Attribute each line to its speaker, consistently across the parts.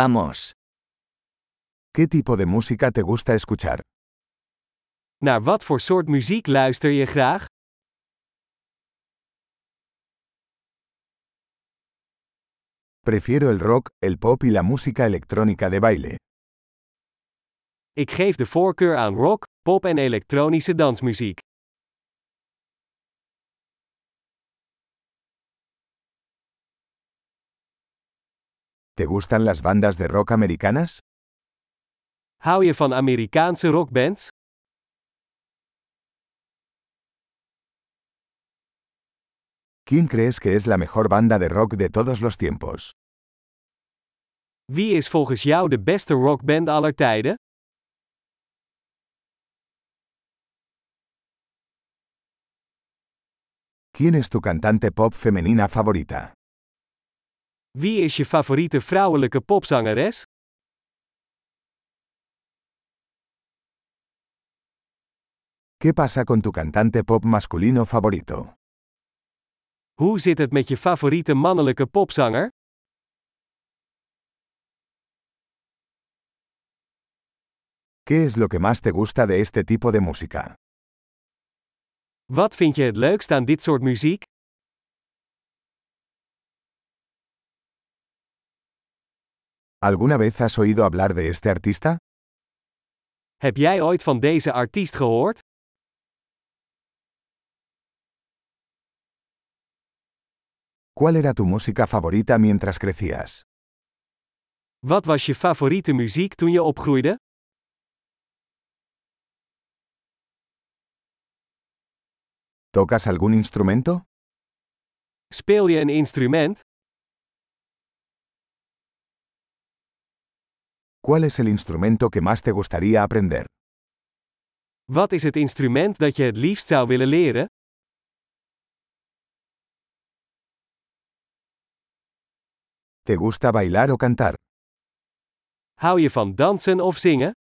Speaker 1: Vamos.
Speaker 2: ¿Qué tipo de música te gusta escuchar?
Speaker 3: Naar wat voor soort muziek luister je graag?
Speaker 2: Prefiero el rock, el pop y la música electrónica de baile.
Speaker 3: Ik geef de voorkeur aan rock, pop en elektronische dansmuziek.
Speaker 2: ¿Te gustan las bandas de rock americanas?
Speaker 3: Hou je van Amerikaanse rockbands?
Speaker 2: ¿Quién crees que es la mejor banda de rock de todos los tiempos?
Speaker 3: Wie is volgens jou de beste rockband aller tijden?
Speaker 2: ¿Quién es tu cantante pop femenina favorita?
Speaker 3: Wie is je favoriete vrouwelijke popzangeres?
Speaker 2: ¿Qué pasa con tu cantante pop masculino favorito?
Speaker 3: Hoe zit het met je favoriete mannelijke popzanger?
Speaker 2: ¿Qué es lo que más te gusta de este tipo de música?
Speaker 3: Wat vind je het leukst aan dit soort muziek?
Speaker 2: ¿Alguna vez has oído hablar de este artista?
Speaker 3: Heb jij ooit van deze artiest gehoord?
Speaker 2: ¿Cuál era tu música favorita mientras crecías?
Speaker 3: Wat was je favoriete muziek toen je opgroeide?
Speaker 2: ¿Tocas algún instrumento?
Speaker 3: Speel je een instrument?
Speaker 2: ¿Cuál es el instrumento que más te gustaría aprender?
Speaker 3: Wat is het instrument dat je het liefst zou willen leren?
Speaker 2: ¿Te gusta bailar o cantar?
Speaker 3: Hou je van dansen of zingen?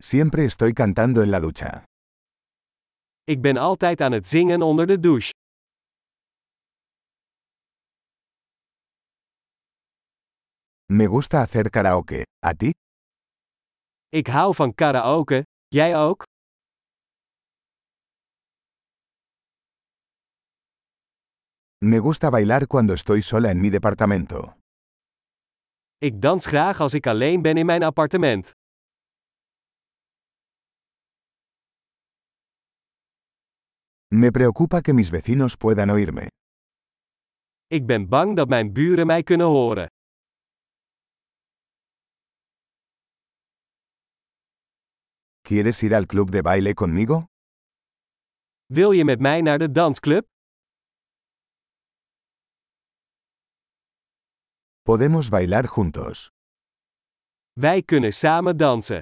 Speaker 2: Siempre estoy cantando en la ducha.
Speaker 3: Ik ben altijd aan het zingen onder de douche.
Speaker 2: Me gusta hacer karaoke. ¿A ti?
Speaker 3: Ik hou van karaoke, jij ook?
Speaker 2: Me gusta bailar cuando estoy sola en mi departamento.
Speaker 3: Ik dans graag als ik alleen ben in mijn appartement.
Speaker 2: Me preocupa que mis vecinos puedan oírme.
Speaker 3: Ik ben bang dat mijn buren mij kunnen horen.
Speaker 2: ¿Quieres ir al club de baile conmigo?
Speaker 3: Wil je met mij naar de dansclub?
Speaker 2: Podemos bailar juntos.
Speaker 3: Wij kunnen samen dansen.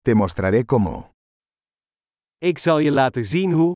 Speaker 2: Te mostraré cómo.
Speaker 3: Ik zal je laten zien hoe.